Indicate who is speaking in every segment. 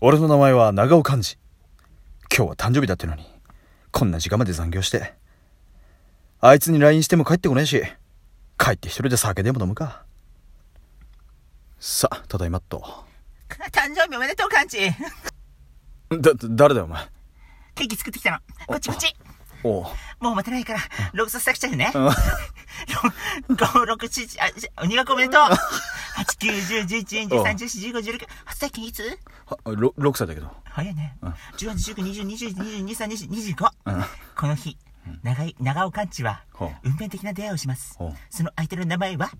Speaker 1: 俺の名前は長尾寛治今日は誕生日だってのにこんな時間まで残業してあいつに LINE しても帰ってこねえし帰って一人で酒でも飲むかさあただいまっと
Speaker 2: 誕生日おめでとう、 カンチ。
Speaker 1: だ誰だよお前
Speaker 2: ケーキ作ってきたの。こっちこっち。
Speaker 1: おお
Speaker 2: もう待てないから、6冊作っちゃうね。
Speaker 1: ん
Speaker 2: 5、6、7、あ、じゃ入学おめでとう。8、9、10、11、12、13、14、15、16、初体験いつ
Speaker 1: 6歳だけど
Speaker 2: 早いね。18、19、20、21、22、23、24、25
Speaker 1: ん。
Speaker 2: この日、長い、長尾カンチは
Speaker 1: ほう、
Speaker 2: 運命的な出会いをします
Speaker 1: ほう。
Speaker 2: その相手の名前は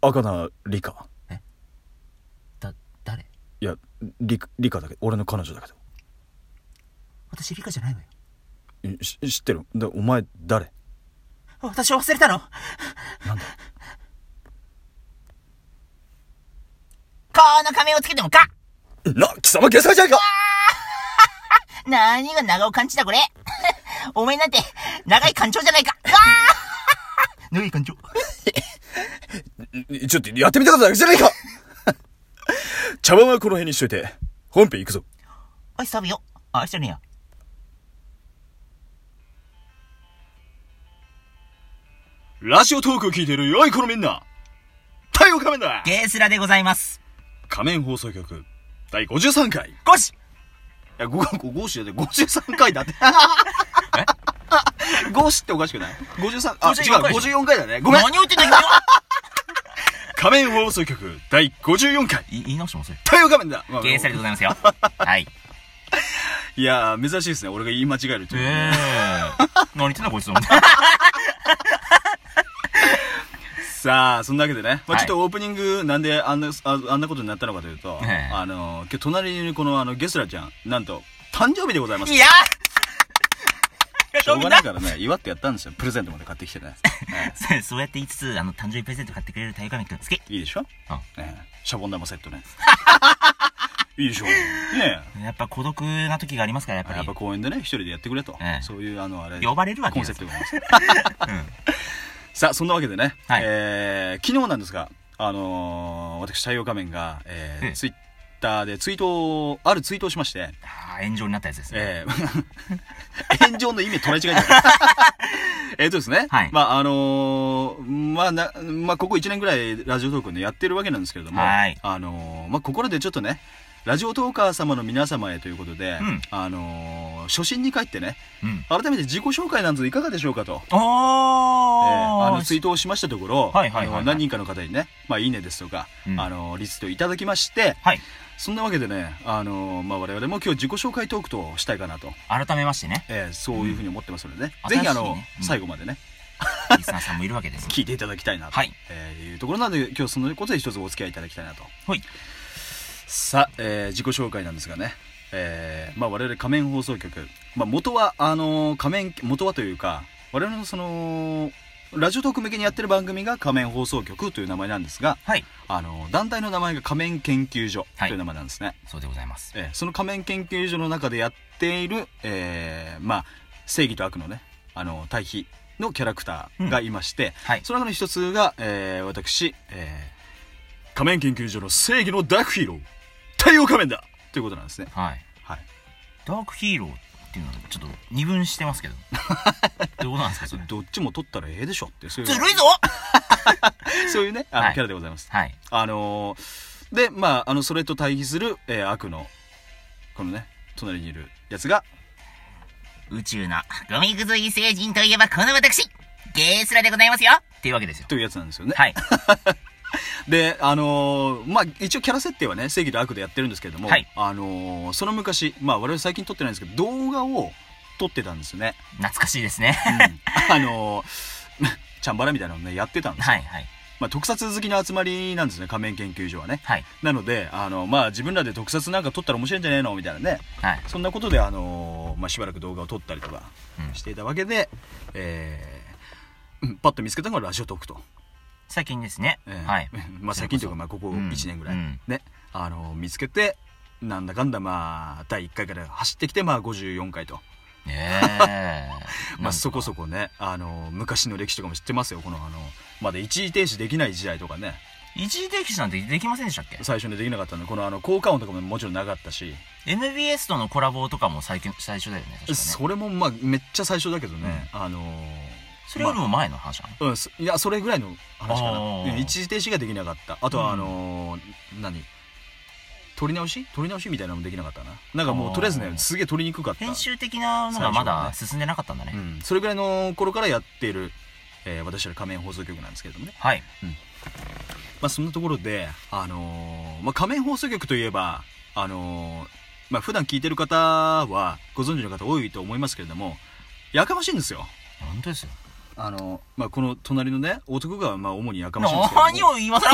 Speaker 1: 赤な理科
Speaker 2: だ、誰
Speaker 1: いや理理科だけど俺の彼女だけど
Speaker 2: 私、リカじゃないわよ。
Speaker 1: えし知ってるでお前誰
Speaker 2: 私を忘れたの
Speaker 1: なんだ
Speaker 2: この仮面をつけてもか
Speaker 1: な貴様下才じゃいか
Speaker 2: 何が長尾勘違だこれお前なんて、長い勘長じゃないかわー 長い勘長。
Speaker 1: ちょっとやってみたかっただけじゃないか 茶番はこの辺にしといて本編行くぞ
Speaker 2: おい、サビよ。あ、してねえよ。
Speaker 1: ラジオトークを聞いている良い子のみんな太陽仮面だ
Speaker 2: ゲースラでございます。
Speaker 1: 仮面放送局第53回い
Speaker 2: ゴシ
Speaker 1: や5 5じゃない53回 だってえ5っておかしくない53あ
Speaker 2: 54
Speaker 1: 違う54回だねごめん
Speaker 2: 何を言ってんだ君は
Speaker 1: 仮面放送局第54回
Speaker 2: い言い直してもそれ。
Speaker 1: 太陽仮面だ、まあ
Speaker 2: ゲースラでございますよ。はい。
Speaker 1: いやー珍しいですね俺が言い間違えるというね、
Speaker 2: え何言ってんだ こいつの。
Speaker 1: さあそんなわけでね、まあ、
Speaker 2: は
Speaker 1: ちょ
Speaker 2: い
Speaker 1: っとオープニングなんであんなああんなことになったのかというと、
Speaker 2: ええ
Speaker 1: あの今日隣にいるこのあのゲスラちゃんなんと誕生日でございます
Speaker 2: いや
Speaker 1: しょうがないからね祝ってやったんですよプレゼントまで買ってきてね、え
Speaker 2: そうそうやって言いつつ、あの、誕生日プレゼント買ってくれる太陽神くん好き。
Speaker 1: えいいでしょ、
Speaker 2: あ
Speaker 1: ええシャボン玉セットね いいでしょねえ
Speaker 2: やっぱ孤独な時がありますから、やっぱり。
Speaker 1: やっぱ公園でね一人でやってくれと、
Speaker 2: ええ
Speaker 1: そういうあのあれ
Speaker 2: 呼ばれるわけ
Speaker 1: コ
Speaker 2: で
Speaker 1: ンセ
Speaker 2: す
Speaker 1: プトがありますさあそんなわけでね、
Speaker 2: はい
Speaker 1: えー昨日なんですが、あのー私太陽仮面が、えー
Speaker 2: ええ
Speaker 1: ツイッターでツイートをあるツイートをしまして、
Speaker 2: あー炎上になったやつですね。
Speaker 1: えー炎上の意味捉え違 えた。えっとですね。
Speaker 2: はい
Speaker 1: まあ、あのーまあ、な、まあ、ここ1年ぐらいラジオトークね、やってるわけなんですけれども、
Speaker 2: はい
Speaker 1: あのーまあ、心でちょっとね、ラジオトーカー様の皆様へということで、
Speaker 2: うん
Speaker 1: あのー初心に帰ってね、
Speaker 2: うん。
Speaker 1: 改めて自己紹介なんぞいかがでしょうかと、
Speaker 2: おー、
Speaker 1: えーあのツイートをしましたところ、
Speaker 2: はいはいはいはい
Speaker 1: あの何人かの方にね、まあ、いいねですとか、
Speaker 2: うん
Speaker 1: あのーリツイートいただきまして、
Speaker 2: はい。
Speaker 1: そんなわけでね、あのーまあ、我々も今日自己紹介トークとしたいかなと。
Speaker 2: 改めまし てね、
Speaker 1: えーそういうふうに思ってますのでね、
Speaker 2: うん
Speaker 1: ぜひあ
Speaker 2: 新しい
Speaker 1: の、
Speaker 2: ねうん
Speaker 1: 最後までね
Speaker 2: リスナーさんもいるわけです。
Speaker 1: 聞いていただきたいなと、
Speaker 2: はいい
Speaker 1: えーいうところなので今日そのことで一つお付き合いいただきたいなと
Speaker 2: ほい。
Speaker 1: さあ、えー自己紹介なんですがね、えーまあ、我々仮面放送局、まあ、元はあのー仮面元はというか我々のそのラジオ特向けにやってる番組が仮面放送局という名前なんですが、
Speaker 2: はい。
Speaker 1: あのー団体の名前が仮面研究所と
Speaker 2: はい
Speaker 1: いう名前なんですね、
Speaker 2: そうでございます。
Speaker 1: えーその仮面研究所の中でやっている、えーまあ、正義と悪のねあの対比のキャラクターがいまして、
Speaker 2: はい。
Speaker 1: その中の一つが、えー私、えー仮面研究所の正義のダークヒーロー太陽仮面だということなんですね、
Speaker 2: はい。
Speaker 1: はい、
Speaker 2: ダークヒーローっていうのはちょっと二分してますけ ど。どういうことなんですか、それ。
Speaker 1: どっちも取ったらええでしょってそういう
Speaker 2: ずるいぞ
Speaker 1: そういうねあの、
Speaker 2: はい
Speaker 1: キャラでございます
Speaker 2: はい。
Speaker 1: あのーでまああのそれと対比する、えー悪のこのね隣にいるやつが
Speaker 2: 宇宙のゴミくず異星人といえばこの私、ゲースラでございますよっていうわけですよ。
Speaker 1: というやつなんですよね
Speaker 2: はい。
Speaker 1: で、あのーまあ、一応キャラ設定はね、正義と悪でやってるんですけれども、
Speaker 2: はい
Speaker 1: あのーその昔、まあ、我々最近撮ってないんですけど、動画を撮ってたんです ね。
Speaker 2: 懐かしいで すね。
Speaker 1: うんあのー チャンバラみたいなのね、やってたんですよ。
Speaker 2: はい、はい。
Speaker 1: まあ、特撮好きの集まりなんですね、仮面研究所はね。
Speaker 2: はい。
Speaker 1: なので、あの、まあ、自分らで特撮なんか撮ったら面白いんじゃねえのみたいなね。
Speaker 2: はい。
Speaker 1: そんなことで、あのーまあ、しばらく動画を撮ったりとか
Speaker 2: うん
Speaker 1: していたわけで、えーうんパッと見つけたのがラジオトークと。
Speaker 2: 最近ですね。
Speaker 1: えー
Speaker 2: はい。
Speaker 1: まあ最近というかまあここ
Speaker 2: うん
Speaker 1: 1年ぐらい、
Speaker 2: うん
Speaker 1: ねあの見つけてなんだかんだまあ第1回から走ってきてまあ54回と、
Speaker 2: ねえ。
Speaker 1: まあ、そこそ
Speaker 2: こ。
Speaker 1: こねあの昔の歴史とかも知ってますよこのあのまだ一時停止できない時代とかね
Speaker 2: 一時停止なんてできませんでしたっけ
Speaker 1: 最初にできなかったのでこのあの効果音とかももちろんなかったし、
Speaker 2: NBS とのコラボとかも最近最初だよね確かねそ
Speaker 1: それもまあめっちゃ最初だけどね、あのー
Speaker 2: れよりも前の話なの、
Speaker 1: うん、そいやそれぐらいの話か
Speaker 2: あ
Speaker 1: な
Speaker 2: ー
Speaker 1: うん一時停止ができなかったあと
Speaker 2: う
Speaker 1: は
Speaker 2: ん
Speaker 1: あのー何撮り直し撮り直しみたいなのもできなかったななんかも
Speaker 2: あ
Speaker 1: う
Speaker 2: ー
Speaker 1: とりあえずねすげえ撮りにくかった
Speaker 2: 編集的なのがまだ進んでなかったんだね
Speaker 1: うん、それぐらいの頃からやっている、えー私ら仮面放送局なんですけれどもね、
Speaker 2: はい
Speaker 1: まあ、そんなところで、あのーまあ、仮面放送局といえば、あのーまあ、普段聞いてる方はご存知の方多いと思いますけれどもやかましいんですよ
Speaker 2: 本当ですよ
Speaker 1: あのーまあ、この隣のね男がまあ主にやかましいんですけれ
Speaker 2: 何
Speaker 1: ども
Speaker 2: を今更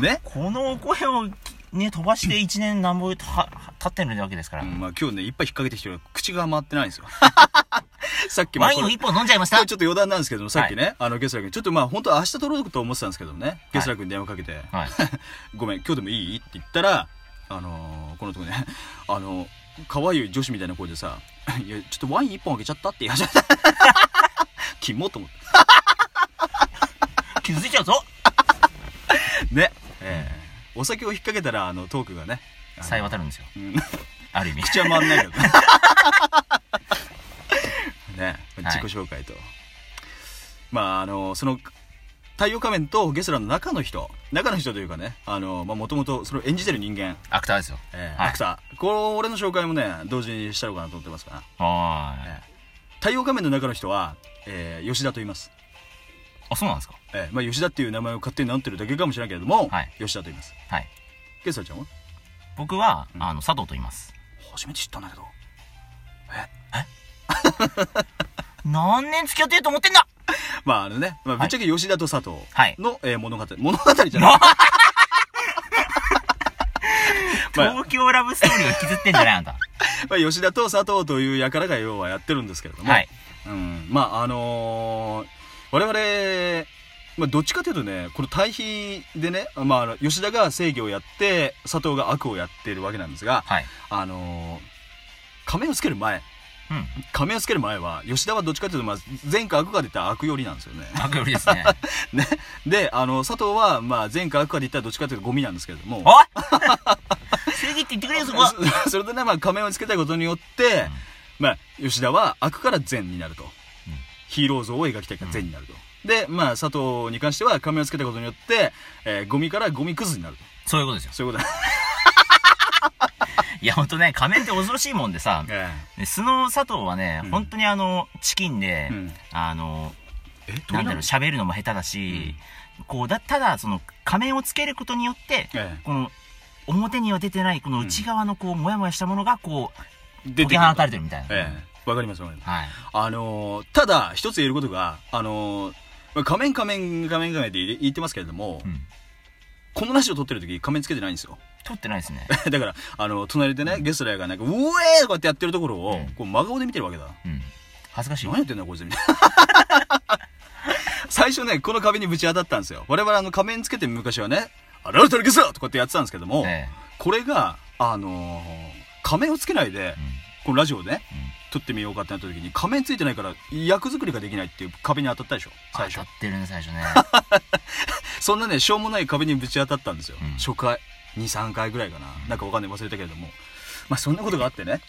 Speaker 1: ね、
Speaker 2: このお声をね飛ばして1年なんぼたは経ってるわけですから、
Speaker 1: うんまあ、今日ねいっぱい引っ掛けてきてるから口が回ってないんです よさっきも
Speaker 2: ワイ
Speaker 1: こ
Speaker 2: ン
Speaker 1: の
Speaker 2: を1本飲んじゃいまし
Speaker 1: こ
Speaker 2: た
Speaker 1: れちょっと余談なんですけどもさっきね、あのゲスラ君ちょっとまあ本当は明日撮ろうと思ってたんですけどもねゲスラ君に電話かけて、
Speaker 2: はい
Speaker 1: ごめん、今日でもいいって言ったら、あのーこのとこね、 あのー可愛い女子みたいな声でさ、いや、ちょっとワイン一本あげちゃったって言い始め た。キモと思っ
Speaker 2: 気づいちゃうぞ
Speaker 1: て。ね。えーお酒を引っ掛けたら、あの、トークがね。あの
Speaker 2: さえ渡るんですよ
Speaker 1: うん
Speaker 2: ある意味
Speaker 1: 口は回んないけ どね。ね。
Speaker 2: はい
Speaker 1: 自己紹介と。まあ、あのーその、太陽仮面とゲスラの中の人、中の人というかね、あのーまあ、もともとそれを演じてる人間、
Speaker 2: アクターですよ
Speaker 1: えー
Speaker 2: はい
Speaker 1: アクター。こ俺の紹介もね、同時にしたろうかなと思ってますから。
Speaker 2: はーい
Speaker 1: 太陽仮面の中の人は、えー吉田と言います、
Speaker 2: あそうなんですか
Speaker 1: えーまあ、吉田っていう名前を勝手に名乗ってるだけかもしれないけれども、
Speaker 2: はい
Speaker 1: 吉田と言います
Speaker 2: はい
Speaker 1: ゲスラちゃんは
Speaker 2: 僕は、
Speaker 1: うん
Speaker 2: あの佐藤と言います
Speaker 1: 初めて知ったんだけど
Speaker 2: 何年付き合ってると思ってんだ
Speaker 1: まああのね、まあ、ぶっちゃけ吉田と佐藤
Speaker 2: はい
Speaker 1: の、えー物語物語じゃない、まあ
Speaker 2: 東京ラブストーリーを引きずってんじゃないあんた
Speaker 1: まあ、吉田と佐藤という輩が要はやってるんですけれども、
Speaker 2: はい
Speaker 1: うん、まああのー我々まあ、どっちかというとね、この対比でね、まああの、吉田が正義をやって、佐藤が悪をやってるわけなんですが、
Speaker 2: はい
Speaker 1: あのー仮面をつける前、
Speaker 2: うん
Speaker 1: 仮面をつける前は吉田はどっちかというと、まあ、前科悪が出た悪寄りなんですよね
Speaker 2: 悪よりです ね
Speaker 1: ねであの佐藤は、まあ、前科悪が出たどっちかというとゴミなんですけれども
Speaker 2: おい正義って言ってくれよそこは
Speaker 1: そそれでね、まあ、 仮面をつけたことによって、まあ、吉田は悪から善になると、ヒーロー像を描きたいから善になると、で、まあ、佐藤に関しては仮面をつけたことによって、えーゴミからゴミくずになると
Speaker 2: そういうことですよ
Speaker 1: そういうことだ、
Speaker 2: いやほんとね仮面って恐ろしいもんでさ
Speaker 1: え
Speaker 2: で素の佐藤はね、
Speaker 1: うん
Speaker 2: 本当にあのチキンで、
Speaker 1: えうん、
Speaker 2: あの
Speaker 1: え
Speaker 2: なんだろう喋るのも下手だし、こうだただその仮面をつけることによって
Speaker 1: え
Speaker 2: この表には出てないこの内側のこうモヤモヤしたものがこう
Speaker 1: え出
Speaker 2: 解き放た
Speaker 1: て
Speaker 2: れてるみたいな、
Speaker 1: ええわかりますわかります
Speaker 2: はい
Speaker 1: あのーただ、一つ言えることが、あのーまあ仮面仮面仮面仮面って言い言ってますけれども、
Speaker 2: うん
Speaker 1: このラジオ撮ってる時仮面つけてないんですよ。
Speaker 2: 撮ってないですね
Speaker 1: だから、あの、隣でね、ゲストラーがなんか、うえーとかってやってるところを、
Speaker 2: うん
Speaker 1: こう真顔で見てるわけだ。
Speaker 2: うん恥ずかしい
Speaker 1: 何やってんだこいつみたいな。最初ね、この壁にぶち当たったんですよ。我々あの仮面つけて昔はね、あれあれゲスラーとかってやってたんですけども、
Speaker 2: え
Speaker 1: これが、あのー仮面をつけないで
Speaker 2: え、
Speaker 1: このラジオでね、
Speaker 2: うんうん
Speaker 1: 撮ってみようかってなった時に仮面ついてないから役作りができないっていう壁に当たったでしょ最
Speaker 2: 当
Speaker 1: 初
Speaker 2: たってるね最初 ね
Speaker 1: そんなねしょうもない壁にぶち当たったんですよ、
Speaker 2: うん
Speaker 1: 初回23回ぐらいかな、なんかわかんない忘れたけれどもまあそんなことがあってね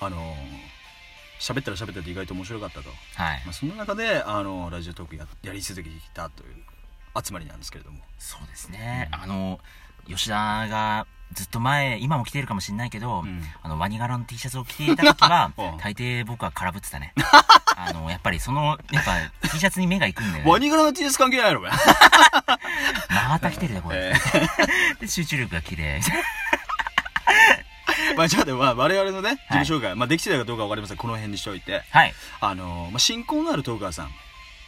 Speaker 1: あのー喋ったら喋ったで意外と面白かったと、
Speaker 2: はい
Speaker 1: まあ、その中で、あのーラジオトークややり続けてきたという集まりなんですけれども
Speaker 2: そうですねあの吉田がずっと前今も着てるかもしれないけど、
Speaker 1: うん
Speaker 2: あのワニ柄の T シャツを着ていた時は
Speaker 1: うん
Speaker 2: 大抵僕は空振ってたねあのやっぱりそのやっぱ T シャツに目が行くんだよ
Speaker 1: ワ
Speaker 2: ね
Speaker 1: ニ柄の T シャツ関係ないやろお前
Speaker 2: また来てるよこれ
Speaker 1: え、
Speaker 2: で集中力が切れ
Speaker 1: ーまあじゃあでもまあ我々のね
Speaker 2: はい
Speaker 1: 自己紹介、まあできてたかどうかわかりませんこの辺にしておいて
Speaker 2: はい
Speaker 1: あのまあ、信仰のあるトーカーさん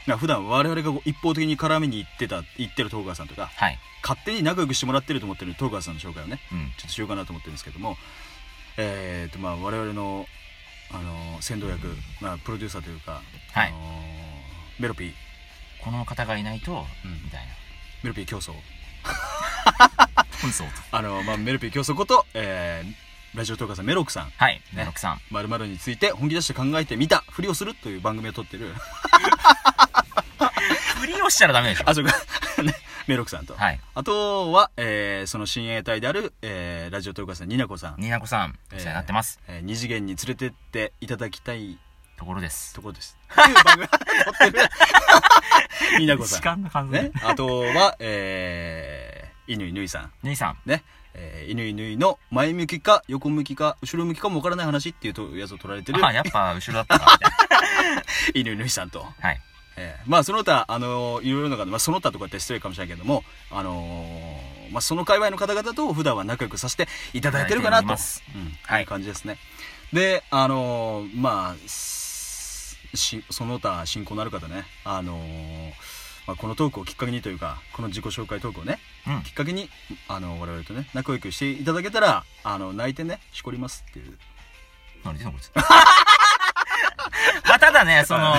Speaker 1: が普段我々がこう一方的に絡みに行ってた行ってるトーカーさんとか
Speaker 2: はい
Speaker 1: 勝手に仲良くしてもらってると思ってるトーカーさんの紹介をね
Speaker 2: うん
Speaker 1: ちょっとしようかなと思ってるんですけどもえー、とまあ我々のあの先導役、まあ、プロデューサーというか、
Speaker 2: はい
Speaker 1: あのメロピー
Speaker 2: この方がいないと、
Speaker 1: うん
Speaker 2: みたいな
Speaker 1: メロピー競争
Speaker 2: 本相と
Speaker 1: あの、まあ、メロピー競争こと、えーラジオトーカーさんメロクさん
Speaker 2: はいメロクさん
Speaker 1: まるについて本気出して考えてみたふりをする という番組を撮ってる
Speaker 2: フリをしたらダメでしょ
Speaker 1: あそうか ねメロクさんと。
Speaker 2: はい。
Speaker 1: あとは、えーその親衛隊である、えーラジオトークさん、ニナコさん。
Speaker 2: ニナコさん、お世話になってます。
Speaker 1: えー二次元に連れてっていただきたい
Speaker 2: ところです
Speaker 1: と。ころです。っていう番組撮 ってる。ニナコ
Speaker 2: 時
Speaker 1: さ
Speaker 2: 間の感
Speaker 1: ん。
Speaker 2: じ
Speaker 1: ね
Speaker 2: ね。。
Speaker 1: あとは、えー、イヌイヌイさん。
Speaker 2: 兄さん。
Speaker 1: ね。えー、イヌイヌイの前向きか横向きか後ろ向きかもわからない話っていうとやつを取られてる
Speaker 2: あ、やっぱ後ろだっ たか。
Speaker 1: イヌイヌイさんと。
Speaker 2: はい。
Speaker 1: えーまあその他、あのーいろいろな方、まあ、その他とかって失礼かもしれないけども、あのーまあ、その界隈の方々と普段は仲良くさせていただいてるかなと、
Speaker 2: いただいております
Speaker 1: うん、はい、感じですね。で、あのーまあ、すしその他親交のある方ね、あのーまあ、このトークをきっかけにというか、この自己紹介トークをね、
Speaker 2: うん
Speaker 1: き。っかけに、あの我々とね、仲良くしていただけたら、あの、泣いてね、しこりますって いう。
Speaker 2: 何言ってんの こいつ。まあただね、その、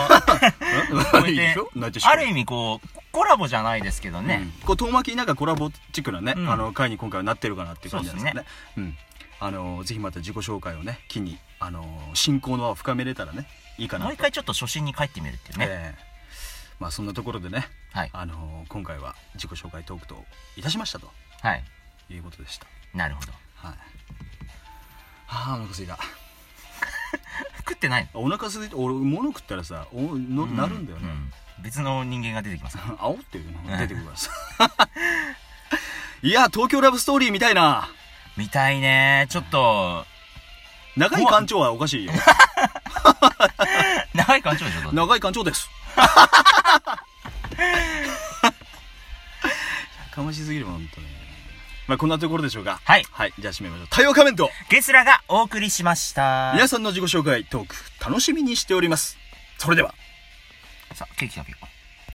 Speaker 2: こう
Speaker 1: いいで
Speaker 2: やっ
Speaker 1: しょ泣いて
Speaker 2: て
Speaker 1: しこ
Speaker 2: あ
Speaker 1: り
Speaker 2: る意味こう、コラボじゃないですけどね。
Speaker 1: うんこう遠巻きになんかコラボチックなね、
Speaker 2: うん
Speaker 1: あの回に今回はなってるかなっていう感じなんですね
Speaker 2: そ
Speaker 1: う
Speaker 2: う
Speaker 1: んあのぜひまた自己紹介をね機にあの進行の輪を深めれたらねいいかな
Speaker 2: もう一回ちょっと初心に帰ってみるっていうね。
Speaker 1: ええまあそんなところでね
Speaker 2: はい。
Speaker 1: あの今回は自己紹介トークといたしましたと
Speaker 2: はい。
Speaker 1: いうことでした
Speaker 2: なるほど。
Speaker 1: はいあーお腹すいた
Speaker 2: 食ってない
Speaker 1: お腹すいた俺物食ったらさおの、
Speaker 2: の
Speaker 1: なるんだよね、
Speaker 2: うう別の人間が出てきま す。
Speaker 1: 煽ってるの出てくるからさ いや東京ラブストーリーみたいな
Speaker 2: 見たいね。ちょっと、
Speaker 1: 長い館長はおかしいよ
Speaker 2: 長い感じでし ょだって
Speaker 1: 長い館長です。かましすぎるもん、ほんとね。まあ、こんなところでしょうか。
Speaker 2: はい。
Speaker 1: はい、じゃあ締めましょう。太陽仮面と、
Speaker 2: ゲスラがお送りしました。
Speaker 1: 皆さんの自己紹介、トーク、楽しみにしております。それでは。
Speaker 2: さあ、ケーキ食べよう。